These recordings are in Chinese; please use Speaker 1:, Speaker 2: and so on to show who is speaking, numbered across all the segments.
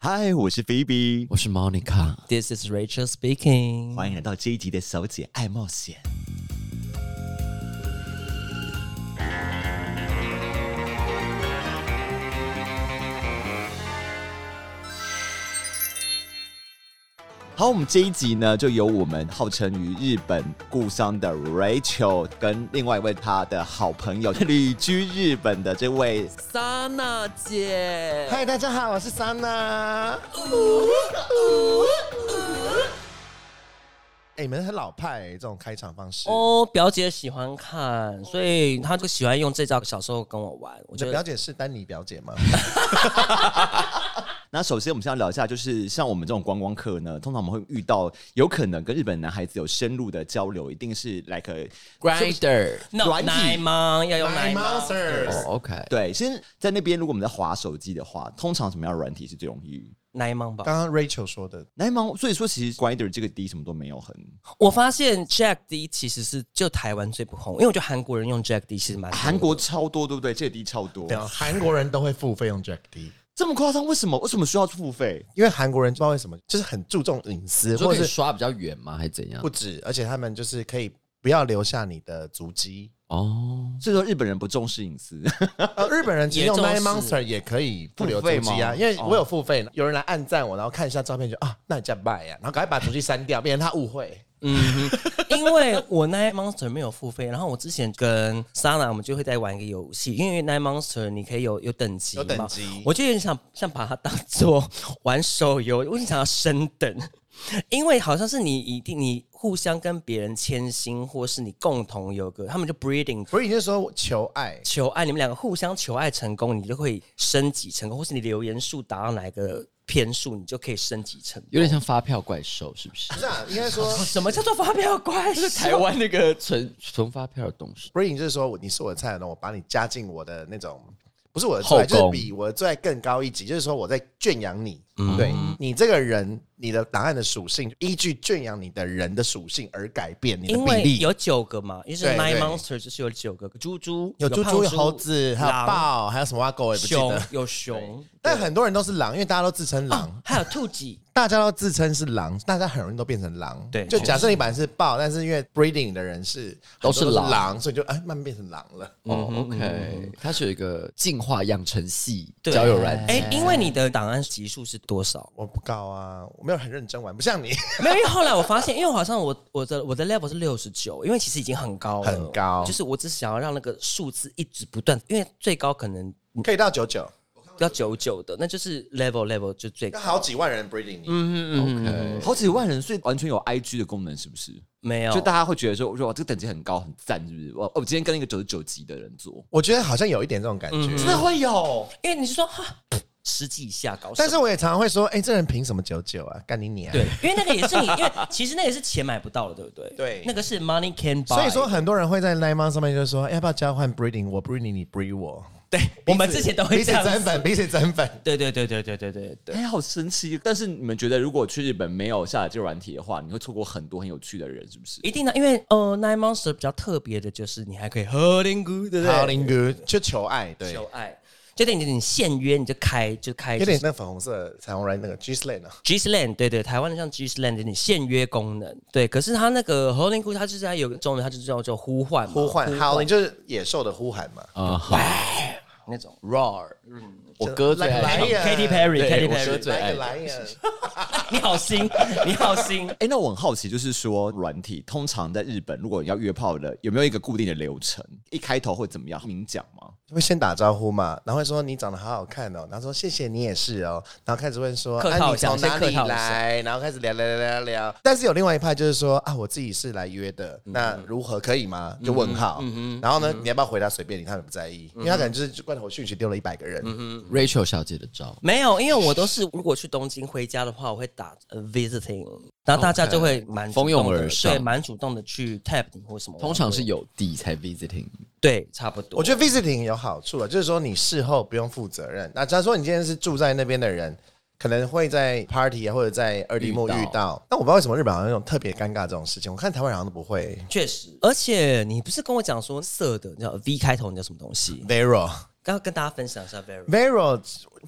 Speaker 1: 嗨，我是菲比，
Speaker 2: 我是 Monica，
Speaker 3: This is Rachel speaking。
Speaker 1: 欢迎来到这一集的《小姐爱冒险》。好，我们这一集呢，就由我们号称于日本故乡的 Rachel 跟另外一位她的好朋友 旅居日本的这位，
Speaker 3: 莎娜姐，
Speaker 2: 嗨，大家好，我是 Sana。哎、你们很老派、这种开场方式。
Speaker 3: 哦，表姐喜欢看，所以她就喜欢用这招。小时候跟我玩，我
Speaker 2: 我
Speaker 3: 觉
Speaker 2: 的表
Speaker 3: 得
Speaker 2: 姐是丹尼表姐吗？
Speaker 1: 那首先我们先要聊一下，就是像我们这种观光客呢，通常我们会遇到有可能跟日本男孩子有深入的交流，一定是 like a-
Speaker 4: Grinder，
Speaker 3: 那
Speaker 1: 软体
Speaker 3: 奶吗？要用奶吗？
Speaker 4: 哦，OK，
Speaker 1: 对，其实，在那边如果我们在划手机的话，通常什么样的软体是最容易？
Speaker 3: 奶吗吧。
Speaker 2: 刚刚 Rachel 说的，
Speaker 1: 那忙，所以说其实 Grinder 这个 D 什么都没有很，
Speaker 3: 我发现 Jack D 其实是就台湾最不红，因为我觉得韩国人用 Jack D 其实蛮多的
Speaker 1: 韩国超多，对不对？这个 D 超多，
Speaker 2: 对啊，韩国人都会付费用 Jack D，
Speaker 1: 这么夸张？为什么？为什么需要付费？
Speaker 2: 因为韩国人不知道为什么，就是很注重隐私，
Speaker 4: 就
Speaker 2: 或
Speaker 4: 可
Speaker 2: 者
Speaker 4: 以啊
Speaker 2: 是
Speaker 4: 刷比较远吗？还是怎样
Speaker 2: 不？止，而且他们就是可以不要留下你的足迹。
Speaker 4: 哦，
Speaker 1: 所以说日本人不重视隐私，
Speaker 2: 呃，日本人其实用
Speaker 3: 也重
Speaker 2: Nine
Speaker 3: 视
Speaker 2: Monster 也可以不留足
Speaker 1: 付费
Speaker 2: 迹
Speaker 1: 吗
Speaker 2: 啊，因为我有付费，有人来暗赞我，然后看一下照片就啊，那你叫拜呀，然后赶快把足迹删掉，变成他误会。
Speaker 3: 嗯哼，因为我 Night Monster 没有付费，然后我之前跟 Sana 我们就会在玩一个游戏，因为 Night Monster 你可以有有等级嘛，
Speaker 2: 有等级
Speaker 3: 我就有点想想把它当做玩手游，我就想要升等，因为好像是你一定你互相跟别人牵心，或是你共同有个，他们就 breeding。
Speaker 2: 所以就是说求爱，
Speaker 3: 求爱，你们两个互相求爱成功，你就会升级成功，或是你留言数达到哪一个篇数，你就可以升级成功。
Speaker 4: 有点像发票怪兽，是不是？
Speaker 2: 不是啊，应该说
Speaker 3: 什么叫做发票怪兽？
Speaker 4: 台
Speaker 2: 啊
Speaker 4: 湾那个存存发票的东西，
Speaker 2: breeding 就是说你是我的菜，然后我把你加进我的那种，不是我的
Speaker 4: 后
Speaker 2: 菜，就是
Speaker 4: 宫
Speaker 2: 比我的最爱更高一级，就是说我在圈养你，对你这个人，你的档案的属性依据圈养你的人的属性而改变你的
Speaker 3: 因
Speaker 2: 比
Speaker 3: 为
Speaker 2: 例。
Speaker 3: 有九个嘛，就是 n
Speaker 2: 对
Speaker 3: i
Speaker 2: 对
Speaker 3: monster 就是有九个猪猪，
Speaker 2: 有猪
Speaker 3: 胖
Speaker 2: 猪、有猴子，还有
Speaker 3: 狼
Speaker 2: 豹，还有什么啊狗我也不记
Speaker 3: 熊
Speaker 2: 得。，
Speaker 3: 有熊，
Speaker 2: 但很多人都是狼，因为大家都自称狼，
Speaker 3: 还有兔子。
Speaker 2: 大家都自称是狼，大家很容易都变成狼。
Speaker 3: 对
Speaker 2: 就假设你本来是豹，但是因为 breeding 的人是
Speaker 4: 都是
Speaker 2: 很多
Speaker 4: 狼
Speaker 2: 狼，所以就哎慢慢变成狼了。？
Speaker 4: 哦，OK，它是有一个进化养成系
Speaker 3: 对
Speaker 4: 交友软件，
Speaker 3: 哎、因为你的档案级数是多少
Speaker 2: 我不高啊，我没有很认真玩，不像你
Speaker 3: 没有，因为后来我发现，因为好像我我的我的 level 是六十九，因为其实已经很高了，
Speaker 2: 很高
Speaker 3: 就是我只想要让那个数字一直不断，因为最高可能
Speaker 2: 可以到九九，
Speaker 3: 要九九的，那就是 level level 就最
Speaker 2: 有
Speaker 3: 高。
Speaker 2: 好几万人 breeding
Speaker 3: 嗯
Speaker 2: 你。嗯
Speaker 4: OK，
Speaker 1: 好几万人，所以完全有 IG 的功能，是不是？
Speaker 3: 没有，
Speaker 1: 就大家会觉得说，哇，这个等级很高，很赞，是不是？我我今天跟一个九十九级的人做，
Speaker 2: 我觉得好像有一点这种感
Speaker 3: 嗯
Speaker 2: 觉，
Speaker 1: 真的会有。
Speaker 3: 因为你是说哈十几以下搞什么，
Speaker 2: 但是我也常常会说，哎，这人凭什么九九啊？干你你啊！
Speaker 3: 对，，因为那个也是你，因为其实那也是钱买不到的，对不对？
Speaker 2: 对
Speaker 3: 那个是 money can buy。
Speaker 2: 所以说很多人会在 Line 上面就说，哎要不要交换 breeding？我 breeding 你 breed 我，
Speaker 3: 对，我们之前都会
Speaker 2: 彼
Speaker 3: 这
Speaker 2: 此
Speaker 3: 样
Speaker 2: 增
Speaker 3: 子。
Speaker 2: 粉，彼此增粉。
Speaker 3: 对对对对对对对对。
Speaker 1: 哎、好神奇！但是你们觉得，如果去日本没有下载这个软体的话，你会错过很多很有趣的人，是不是？
Speaker 3: 一定的，因为呃，Nine Monster 比较特别的就是你还可以 holding good，对不
Speaker 2: 好
Speaker 3: 对？
Speaker 2: 林哥就求爱，对，
Speaker 3: 求爱，就等于你现约你就开就开，
Speaker 2: 有点那粉红色彩虹人那个 G Slan 啊，
Speaker 3: G Sland，对对，台湾的像 G Sland 你现约功能，对。可是它那个 holding good，它就是它有个中文，它就叫做呼唤嘛
Speaker 2: 呼唤 howling 就是野兽的呼喊嘛。
Speaker 4: 啊好
Speaker 3: 那种。
Speaker 4: ，Roar，我嗯哥最爱
Speaker 2: 来
Speaker 4: 唱
Speaker 2: 呀
Speaker 3: Katy Perry，Katy
Speaker 4: 对我哥
Speaker 3: Perry，
Speaker 4: 最爱
Speaker 2: 来呀，
Speaker 3: 你好心， 你好心。
Speaker 1: 哎、那我很好奇，就是说，软体通常在日本，如果要约炮的，有没有一个固定的流程？一开头会怎么样？明讲吗？
Speaker 2: 会先打招呼嘛，然后会说你长得好好看哦，然后说谢谢你也是哦，然后开始问说
Speaker 3: 客
Speaker 2: 啊
Speaker 3: 套
Speaker 2: 你
Speaker 3: 一下
Speaker 2: 从哪
Speaker 3: 先
Speaker 2: 里
Speaker 3: 客套一下
Speaker 2: 来，然后开始聊聊聊聊聊。但是有另外一派就是说啊，我自己是来约的，
Speaker 3: 嗯
Speaker 2: 那如何可以吗？就问号。然后呢，你要不要回答随便你，他们不在意，
Speaker 3: 嗯
Speaker 2: 因为他可能就是罐头讯息丢了一百个人，
Speaker 4: Rachel 小姐的照，
Speaker 3: 没有，因为我都是如果去东京回家的话，我会打呃 visiting，然后大家就会蛮主动
Speaker 4: 蜂
Speaker 3: 的
Speaker 4: 拥而上
Speaker 3: 对，蛮主动的去 tap 你或什么。
Speaker 4: 通常是有地才 visiting，
Speaker 3: 对，差不多。
Speaker 2: 我觉得 visiting 有好处啊，就是说你事后不用负责任。那假如说你今天是住在那边的人，可能会在 party 啊或者在二丁目
Speaker 4: 遇到
Speaker 2: 遇到。但我不知道为什么日本好像有特别尴尬这种事情，我看台湾好像都不会。
Speaker 3: 确实，而且你不是跟我讲说色的，你知道 V 开头，你叫什么东西
Speaker 2: Vero
Speaker 3: 刚刚跟大家分享一下 Vero，
Speaker 2: Vero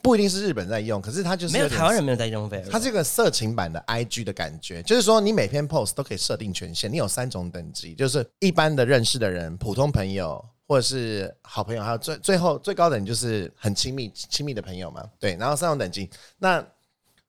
Speaker 2: 不一定是日本在用，可是它就是
Speaker 3: 没有
Speaker 2: 点
Speaker 3: 台湾人没有在用 Vero，
Speaker 2: 它这个色情版的 IG 的感觉，就是说你每篇 post 都可以设定权限，你有三种等级，就是一般的认识的人、普通朋友或者是好朋友，还有最最后最高等级就是很亲密亲密的朋友嘛。对，然后三种等级，那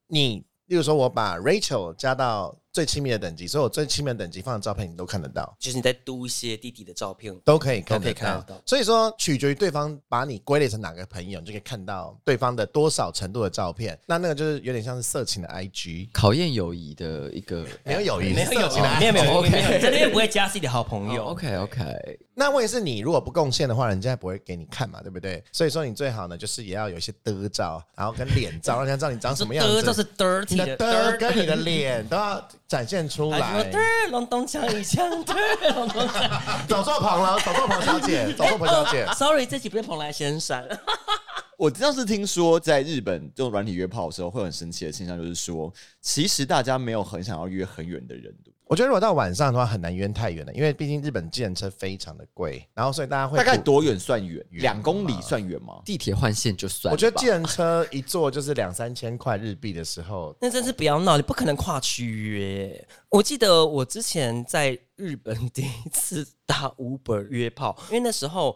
Speaker 2: 你例如说我把 Rachel 加到最亲密的等级，所以我最亲密的等级放的照片你都看得到。
Speaker 3: 就是你在嘟一些弟弟的照片，
Speaker 2: 都可以看
Speaker 3: 都可以
Speaker 2: 得
Speaker 3: 看得
Speaker 2: 到
Speaker 3: 到，
Speaker 2: 所以说取决于对方把你归类成哪个朋友，你就可以看到对方的多少程度的照片。那那个就是有点像是色情的 IG，
Speaker 4: 考验友谊的一个。
Speaker 2: 没有友谊，
Speaker 3: 哎没有
Speaker 2: 色情的 IG
Speaker 3: 没有没有没有
Speaker 4: OK
Speaker 3: 没有，真哦的因为不会加自己的好朋友。
Speaker 4: OK OK，
Speaker 2: 那问题是你如果不贡献的话，人家也不会给你看嘛，对不对？所以说你最好呢，就是也要有一些的照，然后跟脸照，让人家知道你长什么样
Speaker 3: 的
Speaker 2: 子。
Speaker 3: 就是 dirty
Speaker 2: 你的
Speaker 3: 的哎
Speaker 2: 的跟你的脸都要展现出
Speaker 3: 还
Speaker 2: 来
Speaker 3: 说。对，隆咚锵一枪，对，隆咚锵。
Speaker 2: 走错棚了，走错棚小 姐，走错棚小姐。
Speaker 3: Sorry，这集不是蓬莱仙山，
Speaker 1: 我知道是听说，在日本这种软体约炮的时候，会有很神奇的现象，就是说，其实大家没有很想要约很远的人，对不
Speaker 2: 我觉得如果到晚上的话，很难约太远了，因为毕竟日本计程车非常的贵，然后所以大家会
Speaker 1: 对大概
Speaker 2: 不
Speaker 1: 多远算远？
Speaker 2: 远
Speaker 1: 两公里算远吗？
Speaker 4: 地铁换线就算了吧。
Speaker 2: 我觉得计程车一坐就是两三千块日币的时候，
Speaker 3: 那真是不要闹，你不可能跨区约。我记得我之前在日本第一次打 Uber 约炮， 因为那时候。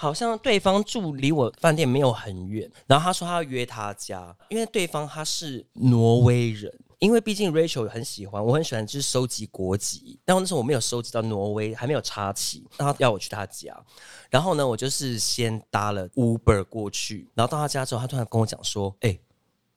Speaker 3: 好像对方住离我饭店没有很远，然后他说他要约他家，因为对方他是挪威人，因为毕竟 Rachel 很喜欢，我很喜欢就是收集国籍，但那时候我没有收集到挪威，还没有插旗，然后要我去他家，然后呢，我就是先搭了 Uber 过去，然后到他家之后，他突然跟我讲说，哎、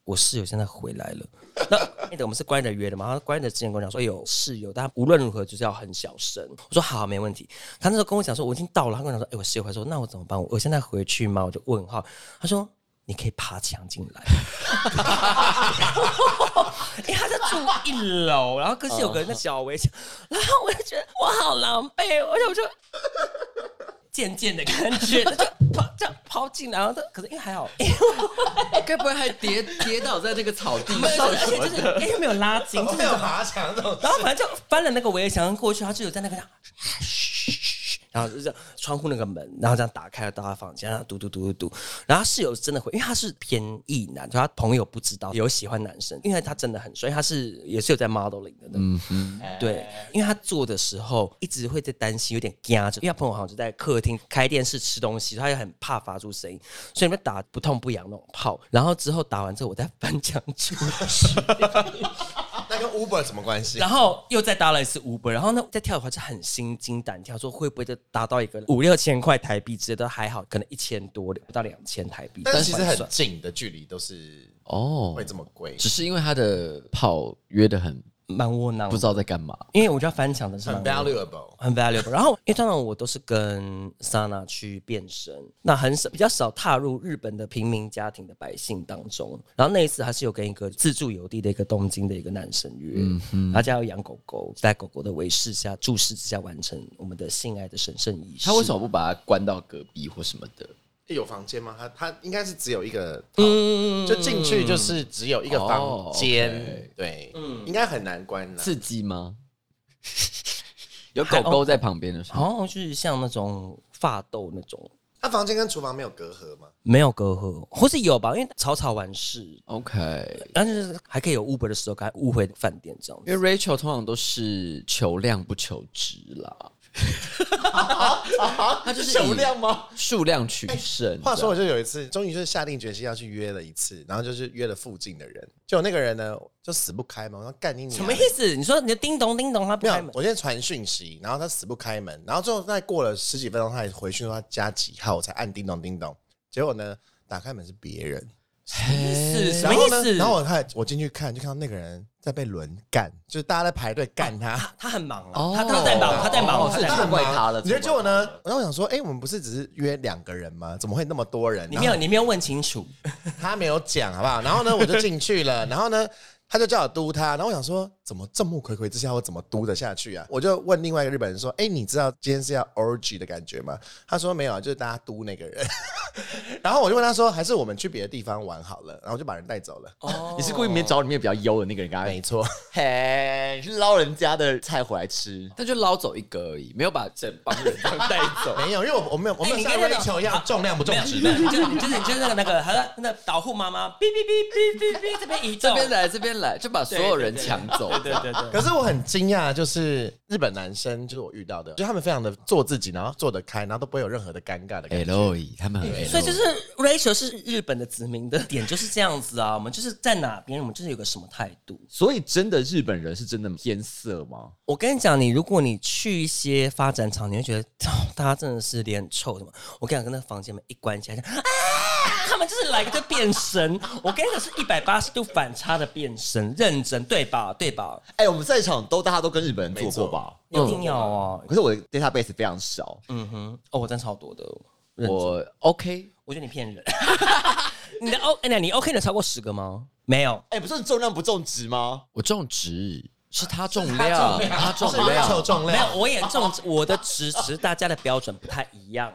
Speaker 3: 我室友现在回来了。那那个我们是关着约的嘛，他关着之前跟我讲说哎有室友，但他无论如何就是要很小声。我说好，没问题。他那时候跟我讲说我已经到了，他跟我讲说，哎、我室友回来说那我怎么办？我我现在回去吗？我就问号。他说你可以爬墙进来， 因为他在住一楼，然后可是有个人在小围墙，然后我就觉得我好狼狈，而且我就。渐渐的感觉，就跑这样跑进来，然后他可是因为还好，因为
Speaker 4: 哎该不会还跌跌倒在那个草地
Speaker 3: 没有，而且就是因为没有拉筋，就是
Speaker 2: 爬墙这种
Speaker 3: 然后反正就翻了那个围墙过去，他就有在那个这样然后就这样窗户那个门，然后这样打开了到他房间，然后嘟嘟嘟嘟嘟。然后他室友真的会，因为他是偏异男，就他朋友不知道有喜欢男生，因为他真的很帅，他是也是有在 modeling 的那种。对，因为他做的时候一直会在担心，有点夹着，因为他朋友好像就在客厅开电视吃东西，他也很怕发出声音，所以你们打不痛不痒那种炮。然后之后打完之后，我再翻墙出去。
Speaker 2: 那跟 Uber 什么关系？
Speaker 3: 然后又再搭了一次 Uber，然后呢再跳的话就很心惊胆跳，说会不会就达到一个五六千块台币之类的，还好，可能一千多不到两千台币。
Speaker 2: 但是其实
Speaker 3: 换
Speaker 2: 很
Speaker 3: 算
Speaker 2: 近的距离都是
Speaker 4: 哦
Speaker 2: 会，这么贵，
Speaker 4: 只是因为他的炮约的很
Speaker 3: 蛮窝囊，
Speaker 4: 不知道在干嘛。
Speaker 3: 因为我觉得翻墙的是
Speaker 2: 很
Speaker 3: 蛮窝囊
Speaker 2: valuable。
Speaker 3: 很 valuable。然后因为通常我都是跟 Sana 去变身，那很少比较少踏入日本的平民家庭的百姓当中。然后那一次还是有跟一个自助游地的一个东京的一个男生约，
Speaker 2: 嗯
Speaker 3: 他家有养狗狗，在狗狗的围视下、注视之下完成我们的性爱的神圣仪式。
Speaker 4: 他为什么不把它关到隔壁或什么的？
Speaker 2: 有房间吗？他他应该是只有一个，
Speaker 3: 嗯
Speaker 2: 就进去就是只有一个房
Speaker 4: 哦
Speaker 2: 间
Speaker 4: ，OK，
Speaker 2: 对，应该很难关啦。
Speaker 4: 刺 激吗？有狗狗在旁边的时候，
Speaker 3: 好像是像那种发豆那种，
Speaker 2: 他房间跟厨房没有隔阂吗？
Speaker 3: 没有隔阂，或是有吧，因为草草完事，
Speaker 4: OK，
Speaker 3: 然后就是还可以有 Uber 的时候，给他误会饭店这样子。
Speaker 4: 因为 Rachel 通常都是求量不求质 啦，他就是以
Speaker 1: 吗？
Speaker 4: 数量取胜。
Speaker 3: 哎
Speaker 2: 话说，我
Speaker 4: 这样
Speaker 2: 就有一次，终于就是下定决心要去约了一次，然后就是约了附近的人，就那个人呢就死不开门，我说干你娘
Speaker 3: 什么意思？你说你的叮咚叮咚，他不
Speaker 2: 没有
Speaker 3: 开门，，
Speaker 2: 我今天传讯息，然后他死不开门，然后最后再过了十几分钟，他还回讯说他加几号，我才按叮咚叮咚，结果呢，打开门是别人，
Speaker 3: 是嗯什
Speaker 2: 然
Speaker 3: 么
Speaker 2: 后
Speaker 3: 意
Speaker 2: 呢，
Speaker 3: 思？
Speaker 2: 然后我看我进去看，就看到那个人在被轮干，就是大家在排队干他。
Speaker 3: 他很忙啊
Speaker 4: 哦，
Speaker 3: 他他在忙，他在忙， 他在
Speaker 4: 是
Speaker 3: 忙。
Speaker 4: 难怪他 了。
Speaker 2: 你觉得结果呢？然后我想说，哎、我们不是只是约两个人吗？怎么会那么多人？
Speaker 3: 你没有，你没有问清楚，
Speaker 2: 他没有讲，好不好？然后呢，我就进去了，然后呢，他就叫我嘟他，然后我想说，怎么众目睽睽之下，我怎么读得下去啊？我就问另外一个日本人说：“哎、你知道今天是要 orgy 的感觉吗？”他说：“没有，啊，就是大家嘟那个人。” 然后我就问他说：“还是我们去别的地方玩好了？”然后我就把人带走了。哎
Speaker 3: 哦
Speaker 1: 你是故意没找里面比较优的那个人，刚刚
Speaker 2: 没错，。
Speaker 1: 嘿，你是捞人家的菜回来吃。
Speaker 4: 但就捞走一个而已，没有把整帮人都带走
Speaker 2: 没有，因为我我没有我没有
Speaker 3: 哎你
Speaker 2: 像
Speaker 3: 跟那个
Speaker 2: Rachel 一样重量不重
Speaker 3: 没有，
Speaker 2: 质
Speaker 3: 没有哎你就是你就是你就是那个那个，好像那导护妈妈，哔哔哔哔哔哔，这边移
Speaker 4: 这
Speaker 3: 动，
Speaker 4: 边来，这边来，就把所有人抢走。
Speaker 3: 对对对。
Speaker 2: 可是我很惊讶，就是日本男生，就是我遇到的，就他们非常的做自己，然后做得开，然后都不会有任何的尴尬的
Speaker 3: 哎
Speaker 2: 感觉。
Speaker 4: L E，他们很 L，
Speaker 3: 所以就是 Rachel 是日本的子民的点就是这样子啊，我们就是在哪边，我们就是有个什么态度。
Speaker 1: 所以真的日本人是真的偏色吗？
Speaker 3: 我跟你讲，你如果你去一些发展场，你会觉得、哦大家真的是脸臭什么。我跟你讲，跟那个房间门一关起来，就啊，他们就是来个就变身。我跟你讲，是一百八十度反差的变身，认真对吧？对吧？
Speaker 1: 哎、我们在场都大家都跟日本人做过吧？
Speaker 3: 一定要哦。
Speaker 1: 可是我的 database 非常少，
Speaker 3: 嗯哼，哦，我真超多的，
Speaker 4: 我 OK，
Speaker 3: 我觉得你骗人。你的 O，哎那你 OK 的超过十个吗？没有，
Speaker 1: 哎、不是重量不重质吗？
Speaker 4: 我中值是他中量，他中
Speaker 2: 是
Speaker 4: 量
Speaker 2: Rachel 重
Speaker 3: 没
Speaker 2: 量
Speaker 3: 有，我也中，我的值只是大家的标准不太一样。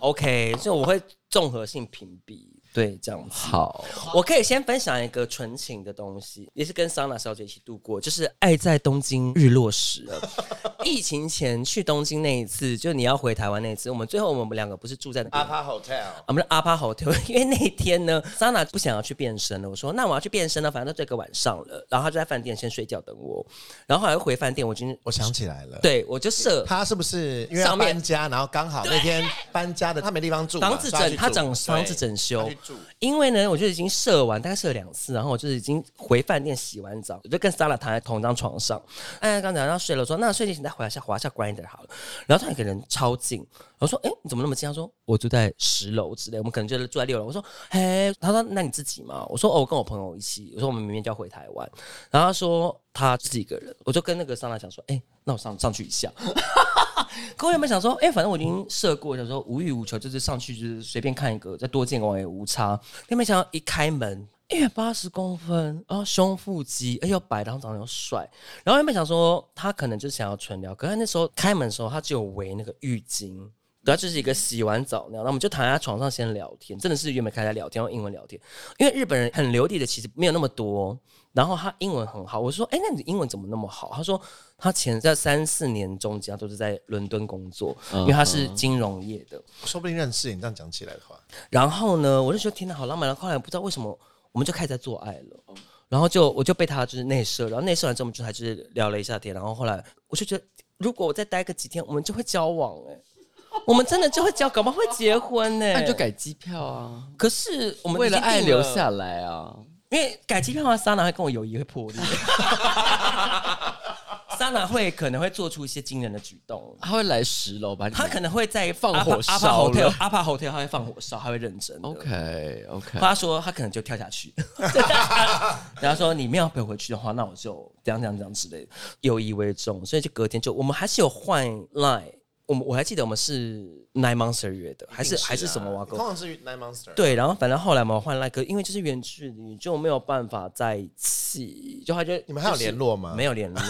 Speaker 3: OK，所以我会综合性评比，对，这样子。
Speaker 4: 好。
Speaker 3: 我可以先分享一个纯情的东西，也是跟桑娜小姐一起度过，就是《爱在东京日落时》 疫情前去东京那一次，就你要回台湾那一次，我们最后我们两个不是住在那边。
Speaker 2: Apa Hotel，
Speaker 3: 我们是阿帕 hotel，因 为那一天呢，桑娜不想要去变身了。我说那我要去变身了，反正都这个晚上了。然后她就在饭店先睡觉等我，然后后来回饭店，我今天
Speaker 2: 我想起来了，，
Speaker 3: 对我就设
Speaker 2: 他是不是因为要
Speaker 3: 上面
Speaker 2: 搬家，然后刚好那天搬家的他没地方住嘛，
Speaker 3: 房子
Speaker 2: 所以
Speaker 3: 整，他
Speaker 2: 去
Speaker 3: 整
Speaker 2: 住
Speaker 3: 房子整
Speaker 2: 对
Speaker 3: 修
Speaker 2: 他去住，
Speaker 3: 因为呢，我就已经射完，大概射了两次，然后我就是已经回饭店洗完澡，我就跟 s a r a 躺在同一张床上，哎，刚才要睡了，我说那睡前请再滑一下滑一下 Grinder 好了，然后突然给人超近，我说哎、你怎么那么近？他说我住在十楼之类，我们可能就是住在六楼，我说哎，他说那你自己吗？我说哦，我跟我朋友一起，我说我们明天就要回台湾，然后他说他自己一个人，我就跟那个 s a r a 讲说，哎、那我上上去一下。可我原本想说，哎、反正我已经射过，想说无欲无求，就是上去就是随便看一个，再多见个网也无差。那没想到一开门，一百八十公分，然后胸腹肌，哎又白，然后长得又帅。然后原本想说他可能就想要纯聊，可是他那时候开门的时候，他只有围那个浴巾。对，他就是一个洗完澡那样，然后我们就躺在他床上先聊天，真的是原本开始聊天，用英文聊天，因为日本人很流利的其实没有那么多，然后他英文很好，我说，哎、那你英文怎么那么好？他说他前在三四年中间他都是在伦敦工作，因为他是金融业的。
Speaker 2: 说不定认识你。这样讲起来的话，
Speaker 3: 然后呢，我就觉得天哪，好浪漫。然后后来不知道为什么，我们就开始在做爱了。然后就我就被他就是内射，然后内射完之后，我们就还就是聊了一下天。然后后来我就觉得，如果我再待个几天，我们就会交往哎、我们真的就会交，搞不好会结婚哎呢、
Speaker 4: 那你就。改机票啊，
Speaker 3: 可是我们
Speaker 4: 为
Speaker 3: 已经
Speaker 4: 了爱
Speaker 3: 定
Speaker 4: 留下来啊。
Speaker 3: 因为改机票的话，莎娜会跟我友谊会破 裂。莎娜会可能会做出一些惊人的举 动，
Speaker 4: 他会来十楼吧？
Speaker 3: 她可能会在
Speaker 4: 放火
Speaker 3: 阿帕
Speaker 4: 烧了
Speaker 3: hotel 阿帕 hotel 她会放火烧，她会认真的。
Speaker 4: OK OK，
Speaker 2: 哎
Speaker 3: 她说她可能就跳下去， 然后说你们要陪我回去的话，那我就这样这样这样之类的，友谊为重，所以就隔天就我们还是有换 line，我们我还记得我们是 nine months 约的，还是还是什么挖
Speaker 2: 通
Speaker 3: 沟
Speaker 2: 常哦是啊哦 Nine Monster，
Speaker 3: 对，然后反正后来我们换那个，因为就是远距离就没有办法在一起，就他就
Speaker 2: 你们还有
Speaker 3: 就是
Speaker 2: 联络吗
Speaker 3: 没有联络，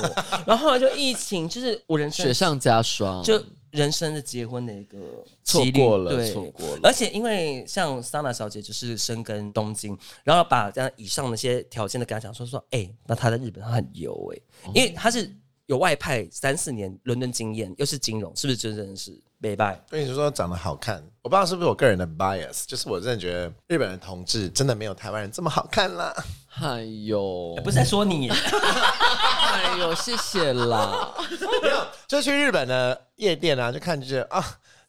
Speaker 3: 然后后来就疫情，就是我人生
Speaker 4: 雪上加霜。
Speaker 3: 就人生的结婚的一个
Speaker 4: 错
Speaker 3: 几率
Speaker 4: 过了
Speaker 3: 对
Speaker 4: 错过了
Speaker 3: 而且因为像莎娜小姐就是深耕东京，然后把这样以上那些条件的跟她讲说说，哎、那她在日本她很优哎、因为她是有外派三四年伦敦经验，又是金融，是不是就真的是美拜？
Speaker 2: 所以你说长得好看，我不知道是不是我个人的 bias，就是我真的觉得日本的同志真的没有台湾人这么好 看啦。
Speaker 4: 哎呦，
Speaker 3: 呃不是在说你耶，
Speaker 4: 哎呦，谢谢啦。
Speaker 2: 没有，就去日本的夜店啊，就看就觉得啊，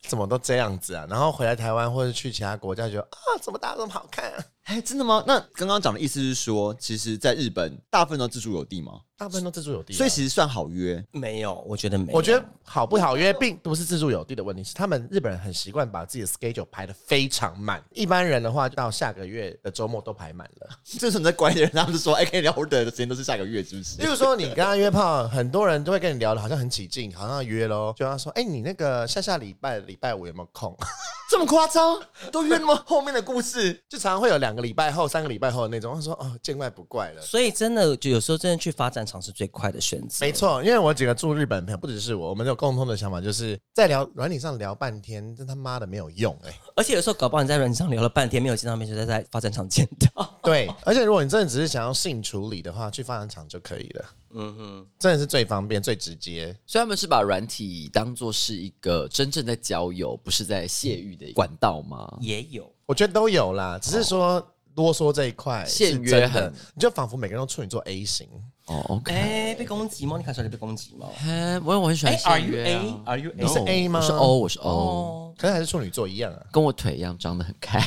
Speaker 2: 怎么都这样子啊，然后回来台湾或者去其他国家，觉得啊，怎么大家这么好看、啊？
Speaker 1: 哎、真的吗？那刚刚讲的意思是说，其实在日本大部分都自助有地嘛，
Speaker 2: 大部分都自助有地啊、
Speaker 1: 所以其实算好约。
Speaker 3: 没有，我觉得没有，
Speaker 2: 我觉得好不好约并不是自助有地的问题，是他们日本人很习惯把自己的 schedule 排得非常满。一般人的话，到下个月的周末都排满了。
Speaker 1: 这时候你在关的人，他们就说：“哎、可以聊的时间都是下个月，是不
Speaker 2: 例
Speaker 1: 是
Speaker 2: 如说，你跟他约炮，很多人都会跟你聊的，好像很起劲，好像要约喽。就跟他说，哎、你那个下下礼拜礼拜五有没有空？
Speaker 1: 这么夸张，都约那么 后面的故事。
Speaker 2: 就常常会有两个礼拜后、三个礼拜后的那种。他说：“哦，见怪不怪了。”
Speaker 3: 所以真的，就有时候真的去发展场是最快的选择。
Speaker 2: 没错，因为我几个住日本的朋友，不只是我，我们有共同的想法，就是在聊软体上聊半天，真他妈的没有用哎、
Speaker 3: 而且有时候搞不好你在软件上聊了半天，没有见到面，就在在发展场见到。
Speaker 2: 对，而且如果你真的只是想要性处理的话，去发展场就可以了。
Speaker 3: 嗯哼，
Speaker 2: 真的是最方便、最直接。
Speaker 4: 所以他们是把软体当做是一个真正在交友，不是在泄欲的管道吗？
Speaker 3: 也有。
Speaker 2: 我觉得都有啦，只是说啰嗦这一块是
Speaker 4: 哦限约
Speaker 2: 真的
Speaker 4: 很，
Speaker 2: 你就仿佛每个人都处女座 A 型。
Speaker 4: 哦，OK，
Speaker 3: 哎、被攻击吗？你看出来被攻击吗？
Speaker 4: 哎我我很喜
Speaker 3: 哎、a r
Speaker 4: 欢
Speaker 3: e you
Speaker 4: 限约啊
Speaker 3: A？Are you A？
Speaker 2: 你是 A 吗
Speaker 4: 我是 O，我是 O，
Speaker 3: 哦
Speaker 2: 可是还是处女座一样啊。
Speaker 4: 跟我腿一样张得很开。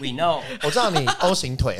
Speaker 3: ，We know。
Speaker 2: 我知道你 O 型腿，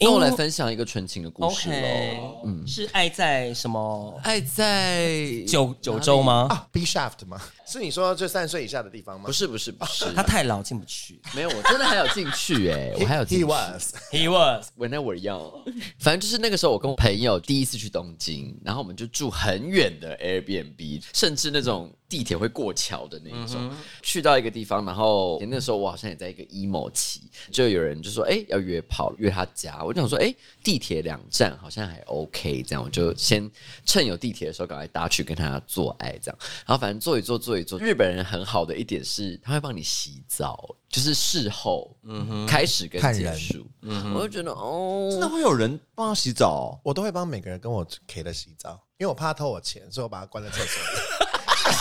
Speaker 4: 那我来分享一个纯情的故事喽。
Speaker 3: OK，嗯，是爱在什么
Speaker 4: 爱在
Speaker 3: 九九州吗？
Speaker 2: 啊，B shaft 吗？是你说就三十岁以下的地方吗？
Speaker 4: 不是不是不是，
Speaker 3: 他太老进不去。
Speaker 4: 没有，我真的还有进去哎、我还有进
Speaker 2: He
Speaker 4: 去。
Speaker 2: was，
Speaker 3: He was，
Speaker 4: 我那我要，反正就是那个时候，我跟我朋友第一次去东京，然后我们就住很远的 Airbnb，甚至那种地铁会过桥的那一种。去到一个地方，然后那时候我好像也在一个 emo 期，就有人就说：“哎、要约炮，约他家。”我就想说：“哎、地铁两站好像还 OK，这样我就先趁有地铁的时候赶快搭去跟他做爱，这样。然后反正坐一坐，坐一坐。日本人很好的一点是，他会帮你洗澡，就是事后，嗯哼，开始跟
Speaker 2: 看
Speaker 4: 结
Speaker 2: 人
Speaker 4: 束。我就觉得
Speaker 1: 真的
Speaker 4: 哦，
Speaker 1: 会有人帮他洗澡、
Speaker 2: 我都会帮每个人跟我 K 的洗澡，因为我怕他偷我钱，所以我把他关在厕所里。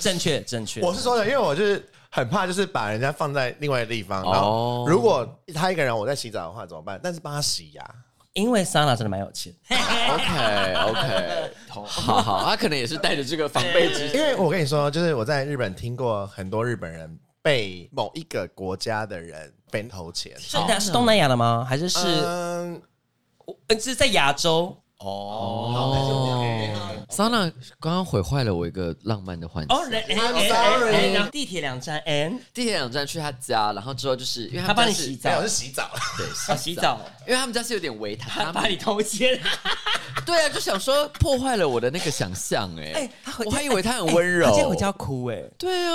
Speaker 3: 正确正确。
Speaker 2: 我是说的，因为我就是很怕，就是把人家放在另外的地方。然
Speaker 4: 哦
Speaker 2: 后如果他一个人我在洗澡的话怎么办？但是帮他洗牙，
Speaker 3: 因为 Sana 真的蛮有钱，
Speaker 4: OK OK，好好，他可能也是带着这个防备之
Speaker 2: 因
Speaker 4: 心。
Speaker 2: 为我跟你说，就是我在日本听过很多日本人被某一个国家的人被偷钱。
Speaker 3: 是哪是东南亚的吗？还是是
Speaker 2: 嗯，
Speaker 3: 我呃是在亚洲？
Speaker 4: 哦，Sana 刚刚毁坏了我一个浪漫的幻想。
Speaker 3: 哦人哎
Speaker 2: I'm
Speaker 3: 哎
Speaker 2: sorry
Speaker 3: 哎哎地铁两站，and
Speaker 4: 地铁两站去他家，然后之后就是因为
Speaker 3: 他
Speaker 4: 们
Speaker 3: 帮
Speaker 4: 家
Speaker 3: 你
Speaker 4: 是
Speaker 3: 洗
Speaker 2: 没有
Speaker 3: 澡
Speaker 2: 是，洗澡，
Speaker 4: 对
Speaker 3: 啊洗，澡，
Speaker 4: 因为他们家是有点围
Speaker 3: 他
Speaker 4: 他
Speaker 3: 把你偷奸。
Speaker 4: 对啊，就想说破坏了我的那个想象哎
Speaker 3: 哎，他回家
Speaker 4: 我还以为他很温柔
Speaker 3: 他今天回家哭哎，
Speaker 4: 对啊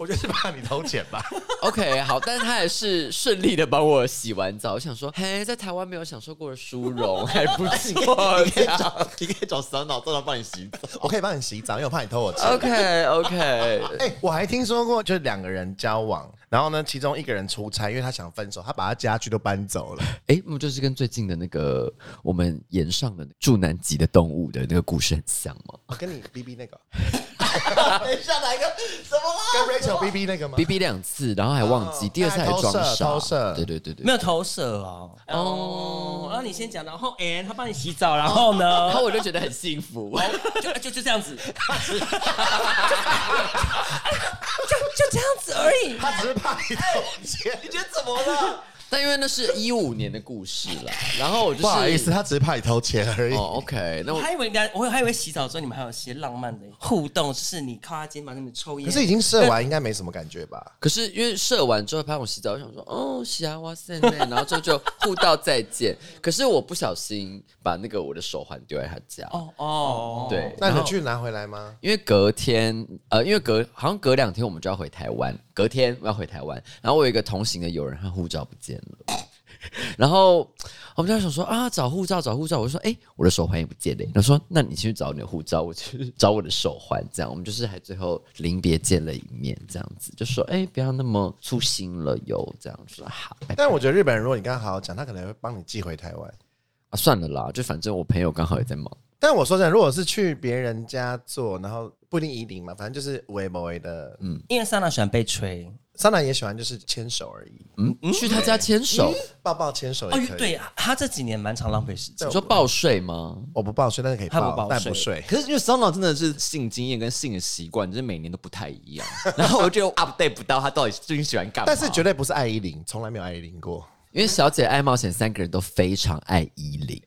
Speaker 2: 我就是怕你偷钱吧。
Speaker 4: ，OK 好，但是他还是顺利的帮我洗完澡。我想说，嘿，在台湾没有享受过的殊荣，还不错。
Speaker 1: 你可以找， 你可以找神脑，真的帮你洗 澡。
Speaker 2: 我可以帮你洗澡，因为我怕你偷我
Speaker 4: 呃
Speaker 2: 钱。
Speaker 4: OK OK，
Speaker 2: 哎、我还听说过，就是两个人交往，然后呢，其中一个人出差，因为他想分手，他把他家具都搬走了。
Speaker 4: 哎，那不就是跟最近的那个我们岩上的住南极的动物的那个故事很像吗
Speaker 2: 我哦跟你 B B 那个，
Speaker 1: 等一下，哪一个？什么啦？
Speaker 2: 跟 Rachel B B 那个吗
Speaker 4: ？B B 两次，然后还忘记，第二次还装
Speaker 2: 哦偷射
Speaker 4: 傻，
Speaker 2: 偷射
Speaker 4: 对对对对。
Speaker 3: 没有投射哦。哦，然后你先讲，然后 and 他帮你洗澡，然后
Speaker 4: 然
Speaker 3: 呢？
Speaker 4: 后我就觉得很幸福，
Speaker 3: 就就就这样子，就就这样子而已。
Speaker 2: 他只是怕你偷钱。
Speaker 1: 你觉得怎么了？
Speaker 4: 但因为那是一五年的故事啦，然后我就是
Speaker 2: 不好意思，他只是怕你偷钱而已。
Speaker 4: 哦，OK，那
Speaker 3: 我
Speaker 4: 我
Speaker 3: 还以为人家，我还以为洗澡之后你们还有一些浪漫的互动，就是你靠他肩膀那边抽烟。
Speaker 2: 可是已经射完，应该没什么感觉吧？
Speaker 4: 可是因为射完之后拍我洗澡，我想说哦，洗啊哇塞呢，然后之后就互道再见。可是我不小心把那个我的手环丢在他家，
Speaker 3: 哦哦，
Speaker 4: 对，
Speaker 2: 那
Speaker 4: 然
Speaker 2: 你
Speaker 4: 后
Speaker 2: 去拿回来吗？
Speaker 4: 因为隔天，呃，因为隔好像隔两天我们就要回台湾，隔天我要回台湾，然后我有一个同行的友人，他护照不见了， 然后我们就在想说啊，找护照，找护照，我就说，哎、我的手环也不见了，他说，那你去找你的护照，我去找我的手环，这样，我们就是还最后临别见了一面，这样子，就说，哎、不要那么粗心了哟，这样啊说好，拜拜
Speaker 2: 但我觉得日本人，如果你跟他好好讲，他可能会帮你寄回台湾。
Speaker 4: 啊，算了啦，就反正我朋友刚好也在忙，
Speaker 2: 但我说真的，如果是去别人家做，然后不一定一定嘛，反正就是为某为的。嗯，
Speaker 3: 因为莎娜喜欢被吹。
Speaker 2: 桑娜也喜欢就是牵手而已，
Speaker 4: 嗯，去他家牵手，
Speaker 2: 抱抱牵手
Speaker 3: 哦
Speaker 2: 也可，以。
Speaker 3: 对，他这几年蛮常浪费时间
Speaker 4: 你。说报税吗？
Speaker 2: 我不抱睡，但是可以
Speaker 3: 他不
Speaker 2: 抱，
Speaker 3: 抱
Speaker 2: 但
Speaker 3: 睡
Speaker 2: 不睡。
Speaker 1: 可是因为桑脑真的是性经验跟性的习惯，就是每年都不太一样， 然后我就 update 不到他到底最近喜欢干嘛。
Speaker 2: 但是绝对不是爱依林，从来没有爱依林过。
Speaker 4: 因为小姐爱冒险，三个人都非常爱依琳。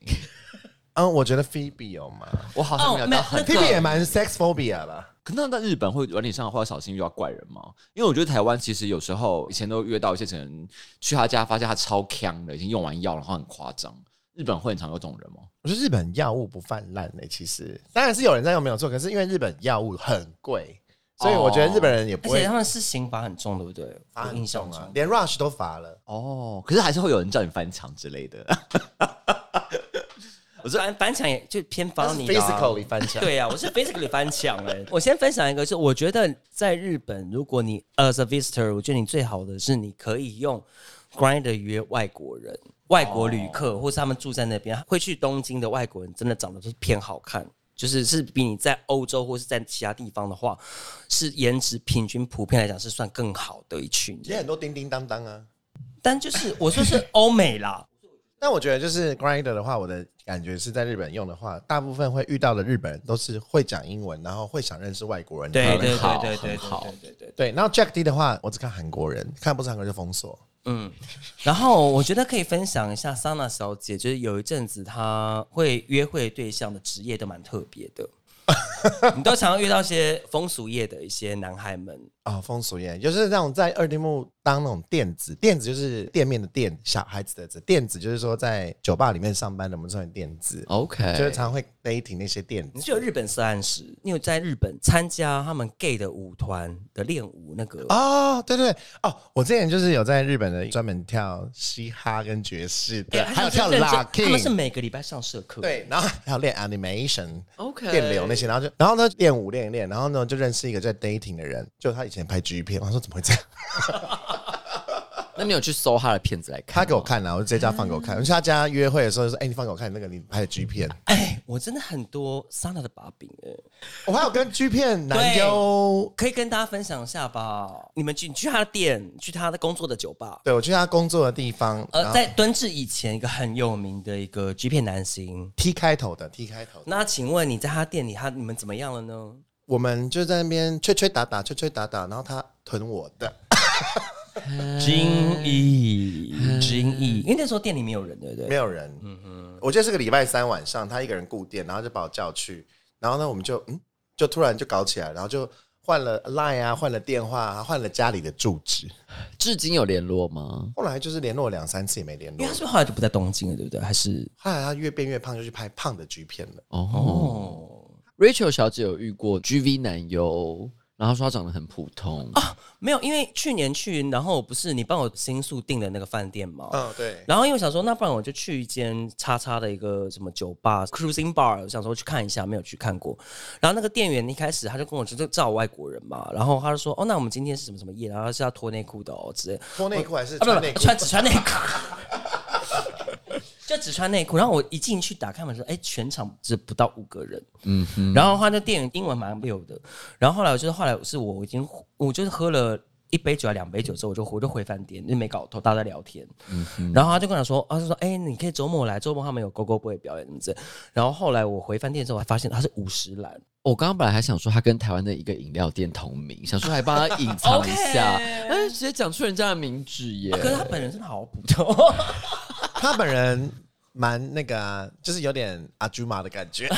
Speaker 2: 嗯，我觉得 Phoebe 有嘛
Speaker 1: 我好像没有到很
Speaker 3: 哦没有那个
Speaker 2: ，Phoebe 也蛮 sex phobia 吧？
Speaker 1: 可那在日本会软体上的话，小心遇到怪人吗？因为我觉得台湾其实有时候以前都约到一些可能去他家，发现他超强的，已经用完药，然后很夸张。日本会很常有这种人吗？
Speaker 2: 我觉得日欸本药物不泛滥诶、其实当然是有人在用没有错，可是因为日本药物很贵，所以我觉得日本人也
Speaker 3: 而
Speaker 2: 不
Speaker 3: 且
Speaker 2: 会
Speaker 3: 他们是刑罚很重，对不对？
Speaker 2: 罚
Speaker 3: 我
Speaker 2: 很
Speaker 3: 印象
Speaker 2: 重啊
Speaker 3: 中，，
Speaker 2: 连 Rush 都罚了。
Speaker 1: 哦，可是还是会有人叫你翻墙之类的。
Speaker 3: 我反反抢也就偏
Speaker 2: 他
Speaker 3: 帮
Speaker 2: 是
Speaker 3: 你的啊
Speaker 2: physically 翻墙，
Speaker 3: 对呀、我是 basically 翻墙哎、 我先分享一个，就是我觉得在日本，如果你 as a visitor，我觉得你最好的是你可以用 Grinder 约外国人、外国旅客，或是他们住在那边会去东京的外国人，真的长得是偏好看。就是是比你在欧洲或是在其他地方的话，是颜值平均普遍来讲是算更好的一群
Speaker 2: 也
Speaker 3: 人，
Speaker 2: 很多叮叮当当啊。
Speaker 3: 但就是我说是欧美啦，
Speaker 2: 但我觉得就是 Grinder 的话，我的感觉是在日本用的话，大部分会遇到的日本人都是会讲英文，然后会想认识外国人。
Speaker 3: 对
Speaker 2: 然后
Speaker 3: 对对
Speaker 4: 好
Speaker 3: 对对
Speaker 4: 很好
Speaker 3: 对对对对，
Speaker 2: 对。然后 Jack D 的话，我只看韩国人，看不是韩国人就封锁。
Speaker 3: 嗯，然后我觉得可以分享一下桑娜小姐，就是有一阵子她会约会对象的职业都蛮特别的，你都常常遇到一些风俗业的一些男孩们，
Speaker 2: 哦，风俗业就是那种在二丁目当那种店子，店子就是店面的店，小孩子的子，店子就是说在酒吧里面上班的，我们称为店子，就是
Speaker 4: ，OK，
Speaker 2: 常会 dating 那些店
Speaker 3: 你
Speaker 2: 子。
Speaker 3: 是有日本色暗时，你有在日本参加他们 gay 的舞团的练舞那个
Speaker 2: 哦，对对对哦，我之前就是有在日本的专门跳嘻哈跟爵士的，
Speaker 3: 哎
Speaker 2: 还有
Speaker 3: 他
Speaker 2: 跳
Speaker 3: 们是认真
Speaker 2: locking，
Speaker 3: 他们是每个礼拜上社课，
Speaker 2: 对，然后还有练 animation、
Speaker 4: OK
Speaker 2: 电流那些，然后就然后呢练舞练一练，然后呢就认识一个在 dating 的人，就他以前拍 G 片，我说怎么会这样？
Speaker 4: 那你有去搜他的片子来看吗？
Speaker 2: 他给我看了、我就直接叫他放给我
Speaker 3: 哦
Speaker 2: 看。我去他家约会的时候就说：“哎、你放给我看那个你拍的 G 片。
Speaker 3: 哎，我真的很多桑娜的把柄哎。”
Speaker 2: 我还有跟 G 片男优，
Speaker 3: 可以跟大家分享一下吧。你们去你去他的店，去他的工作的酒吧，
Speaker 2: 对我去他工作的地方，然
Speaker 3: 呃，
Speaker 2: 后
Speaker 3: 在敦志以前一个很有名的一个 G 片男星。
Speaker 2: T 开头的 T 开头的，
Speaker 3: 那请问你在他店里，他你们怎么样了呢？
Speaker 2: 我们就在那边吹吹打打，吹吹打打，然后他囤我的。
Speaker 3: 惊异，惊异，因为那时候店里没有人，对不
Speaker 2: 嗯没
Speaker 3: 对？
Speaker 2: 有人。嗯嗯，我记得是个礼拜三晚上，他一个人顾店，然后就把我叫去，然后呢，我们就嗯，就突然就搞起来，然后就换了 Line 啊，换了电话啊，换了家里的住址。
Speaker 4: 至今有联络吗？
Speaker 2: 后来就是联络了两三次也没联
Speaker 3: 因为
Speaker 2: 络
Speaker 3: 他，是不是后来就不在东京了，对不对？还是
Speaker 2: 后来他越变越胖，就去拍胖的 G 片了。
Speaker 4: 哦、
Speaker 3: 哦，
Speaker 4: r a c h e l 小姐有遇过 GV 男优，然后说他长得很普通，
Speaker 3: 没有，因为去年去，然后不是你帮我新宿订的那个饭店吗？
Speaker 2: 嗯，对。
Speaker 3: 然后因为我想说，那不然我就去一间叉叉的一个什么酒吧 （cruising bar），我想说去看一下，没有去看过。然后那个店员一开始他就跟我说，就照外国人嘛，然后他就说，哦，那我们今天是什么什么夜，然后是要脱内裤的哦之类的，
Speaker 2: 脱内裤还是
Speaker 3: 啊，不
Speaker 2: 穿内
Speaker 3: 不，
Speaker 2: 裤？
Speaker 3: 穿只穿内裤。 就只穿内裤，然后我一进去打开门说，哎、全场只不到五个人，
Speaker 4: 嗯哼，
Speaker 3: 然后他那店员英文蛮溜的，然后后来我就是后来是我已经我就是喝了一杯酒啊两杯酒之后，我就我就回饭店，就没搞头，大家在聊天，
Speaker 4: 嗯
Speaker 3: 然后他就跟我说，啊，他就说，哎、你可以周末来，周末他们有 Go Go Boy 表演什么之类。然后后来我回饭店之后，我还发现他是五十岚，
Speaker 4: 我刚刚本来还想说他跟台湾的一个饮料店同名，想说还帮他隐藏一下，哎直接讲出人家的名字耶。
Speaker 3: 啊可是他本人真的好普通，
Speaker 2: 他本人蛮那个、啊，就是有点阿朱玛的 感觉。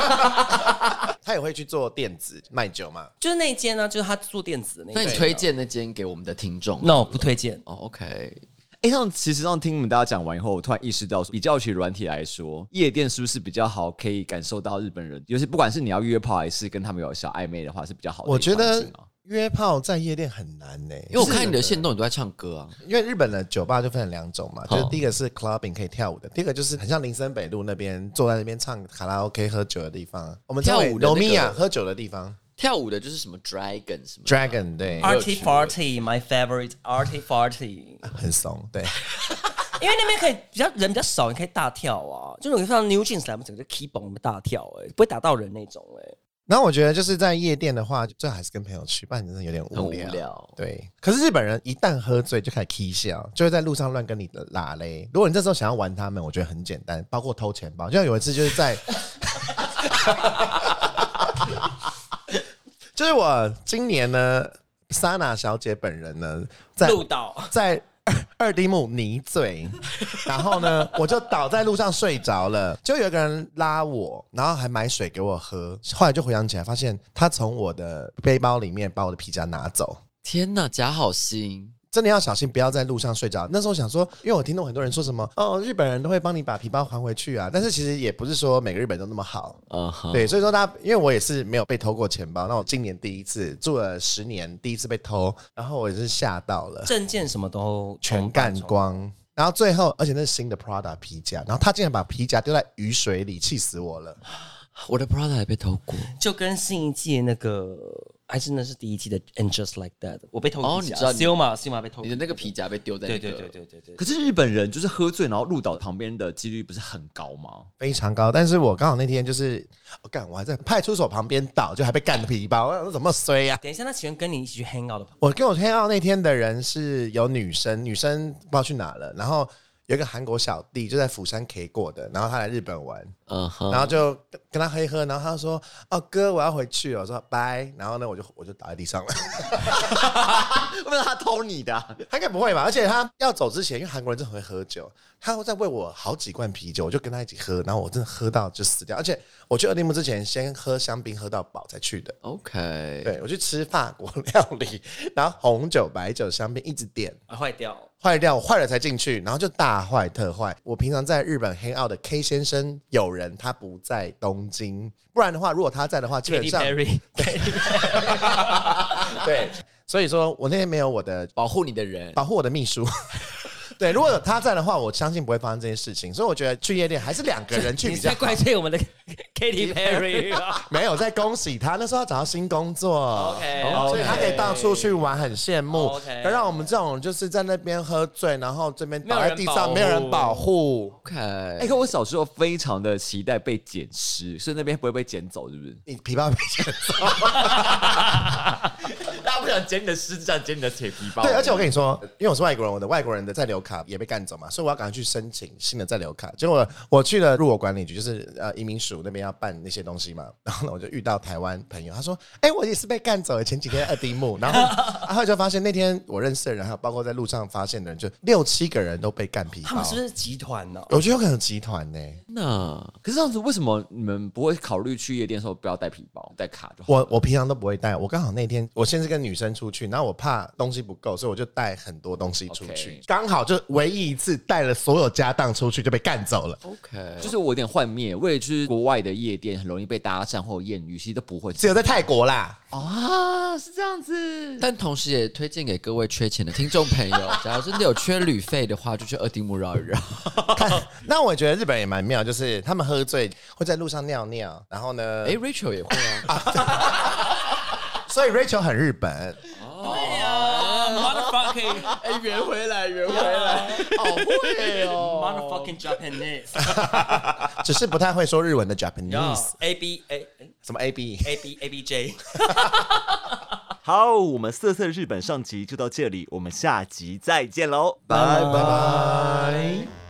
Speaker 2: 他也会去做电子卖酒嘛，
Speaker 3: 就是那一间呢、就是他做电子的那
Speaker 4: 那你
Speaker 3: 间。
Speaker 4: 推荐那间给我们的听众
Speaker 3: 那我不推荐。
Speaker 4: 哦，OK，
Speaker 1: 哎、像其实让听你们大家讲完以后，我突然意识到，比较起软体来说，夜店是不是比较好，可以感受到日本人，尤其不管是你要约炮还是跟他们有小暧昧的话，是比较好的一个
Speaker 2: 我觉
Speaker 1: 环
Speaker 2: 得
Speaker 1: 境啊
Speaker 2: 约炮在夜店很难呢、
Speaker 4: 因为我看你的线动，你都在唱歌啊。
Speaker 2: 因为日本的酒吧就分成两种嘛，
Speaker 4: 好
Speaker 2: 就是第一个是 clubbing 可以跳舞的，第二个就是很像林森北路那边坐在那边唱卡拉 OK 喝酒的地方，我们
Speaker 4: 跳舞的那个
Speaker 2: 罗米亚喝酒的地方
Speaker 4: 跳舞的就是什么 Dragon 什么的
Speaker 2: ，Dragon 对，
Speaker 4: 有
Speaker 3: Arty
Speaker 4: 趣
Speaker 3: Farty my favorite Arty Farty，
Speaker 2: 很怂对，
Speaker 3: 因为那边可以比较人比较少，你可以大跳啊，就是你看到 New Jeans 来，我们整个 keep on 大跳、哎，不会打到人那种、哎。
Speaker 2: 然后我觉得就是在夜店的话，最好还是跟朋友去，不然真的有点
Speaker 4: 很
Speaker 2: 无
Speaker 4: 无
Speaker 2: 聊。
Speaker 4: 聊。
Speaker 2: 对，可是日本人一旦喝醉就开始 k 笑，就会在路上乱跟你拉嘞。如果你这时候想要玩他们，我觉得很简单，包括偷钱包。就像有一次就是在， 就是我今年呢，莎娜小姐本人呢，在
Speaker 3: 鹿岛，
Speaker 2: 在二二丁目泥醉，然后呢，我就倒在路上睡着了，就有一个人拉我，然后还买水给我喝。后来就回想起来，发现他从我的背包里面把我的皮夹拿走。
Speaker 4: 天哪，假好心！
Speaker 2: 真的要小心，不要在路上睡着。那时候想说，因为我听到很多人说什么哦，日本人都会帮你把皮包还回去啊，但是其实也不是说每个日本人都那么好。
Speaker 4: 啊哈，
Speaker 2: 对，所以说大家，因为我也是没有被偷过钱包，那我今年第一次住了十年，第一次被偷，然后我也是吓到了，
Speaker 3: 证件什么都
Speaker 2: 全
Speaker 3: 重办
Speaker 2: 干光。然后最后，而且那是新的 Prada 皮夹，然后他竟然把皮夹丢在雨水里，气死我了！
Speaker 4: 我的 Prada 还被偷过。
Speaker 3: 就跟新一季那个还真的是第一季的《And Just Like That》，我被偷
Speaker 4: 哦
Speaker 3: 皮
Speaker 4: 你
Speaker 3: 夹
Speaker 4: 知道你
Speaker 3: s i l m a s i l m a 被偷
Speaker 4: 你的那个皮夹被丢在那
Speaker 3: 对
Speaker 4: 个
Speaker 3: 对对对对对。
Speaker 1: 可是日本人就是喝醉，然后路倒旁边的几率不是很高吗？
Speaker 2: 非常高，但是我刚好那天就是，我、干，我还在派出所旁边倒，就还被干皮包，我想说怎么衰
Speaker 4: 啊
Speaker 2: 呀、
Speaker 3: 等一下，那请问跟你一起去 hang out 的朋友，
Speaker 2: 我跟我黑到那天的人是有女生，女生不知道去哪了，然后有一个韩国小弟就在釜山 K 过的，然后他来日本玩，
Speaker 4: 嗯哼，
Speaker 2: 然后就跟跟他喝一喝，然后他说：“哦哥，我要回去了。”我说：“拜。”然后呢，我就我就倒在 地上了。
Speaker 1: 会不会他偷你的啊、
Speaker 2: 他应该不会吧？而且他要走之前，因为韩国人真的很会喝酒，他在喂我好几罐啤酒，我就跟他一起喝，然后我真的喝到就死掉。而且我去二丁目之前，先喝香槟喝到饱才去的。
Speaker 4: OK，
Speaker 2: 对，我去吃法国料理，然后红酒、白酒、香槟一直点，
Speaker 3: 啊坏掉，
Speaker 2: 坏掉，我坏了才进去，然后就大坏特坏。我平常在日本黑 out 的 K 先生有人他不在东京，不然的话，如果他在的话，基本
Speaker 3: Katy
Speaker 2: 上
Speaker 3: Perry
Speaker 2: 对。所以说我那天没有我的
Speaker 4: 保护你的人，
Speaker 2: 保护我的秘书。 对，如果有他在的话，我相信不会发生这件事情。所以我觉得去夜店还是两个人 去
Speaker 3: 你
Speaker 2: 比
Speaker 3: 是
Speaker 2: 较
Speaker 3: 在
Speaker 2: 好。
Speaker 3: 怪罪我们的 Katy Perry 啊
Speaker 2: 没有在恭喜他，那时候他找到新工作
Speaker 3: OK，
Speaker 2: 哦所以他可以到处去玩，很羡慕。
Speaker 3: 哦 OK
Speaker 2: 可让我们这种就是在那边喝醉，然后这边
Speaker 3: 没
Speaker 2: 倒
Speaker 3: 有人
Speaker 2: 在地上，
Speaker 3: 保
Speaker 2: 没有人
Speaker 3: 护
Speaker 2: 保护。
Speaker 4: OK，
Speaker 1: 哎、可我小时候非常的期待被捡尸，所以那边不会被捡走，是不是？
Speaker 2: 你皮包被捡
Speaker 4: 大家不想捡你的尸，只想捡你的铁皮包
Speaker 2: 对，而且我跟你说，因为我是外国人，我的外国人的在留卡也被干走嘛，所以我要赶快去申请新的在留卡。结果我去了入国管理局，就是呃移民署那边要办那些东西嘛，然后呢我就遇到台湾朋友，他说：“哎、我也是被干走了，前几天在二丁目。”然后 然后就发现那天我认识的人，还有包括在路上发现的人，就六七个人都被干皮包。
Speaker 3: 他们是不是集团哦呢？
Speaker 2: 我觉得有可能有集团呢、
Speaker 4: 那
Speaker 1: 可是这样子，为什么你们不会考虑去夜店的时候不要带皮包、带卡就好？
Speaker 2: 我我平常都不会带，我刚好那天我先是跟女生出去，然后我怕东西不够，所以我就带很多东西出去
Speaker 1: OK，
Speaker 2: 刚好就唯一一次带了所有家当出去就被干走了。
Speaker 4: OK，
Speaker 1: 就是我有点幻灭，为了去国外的夜店很容易被搭讪或有艳遇，其实都不会。
Speaker 2: 只有在泰国啦，
Speaker 1: 啊，是这样子。
Speaker 4: 但同时也推荐给各位缺钱的听众朋友，假如真的有缺旅费的话，就去二丁目绕一绕。
Speaker 2: 那我觉得日本也蛮妙，就是他们喝醉会在路上尿尿，然后呢，
Speaker 4: 哎，Rachel 也会啊，
Speaker 2: 所以 Rachel 很日本，
Speaker 3: Um, ，motherfucking
Speaker 4: 哎，圆回来，圆回来，
Speaker 3: Oh,
Speaker 1: 好会
Speaker 3: motherfucking Japanese，
Speaker 2: 只是不太会说日文的
Speaker 3: 然
Speaker 2: Japanese，
Speaker 3: 后 A B A
Speaker 2: 什么 A B。
Speaker 3: A B A B J，
Speaker 5: 好，我们色色日本上集就到这里，我们下集再见喽，拜
Speaker 2: 拜拜。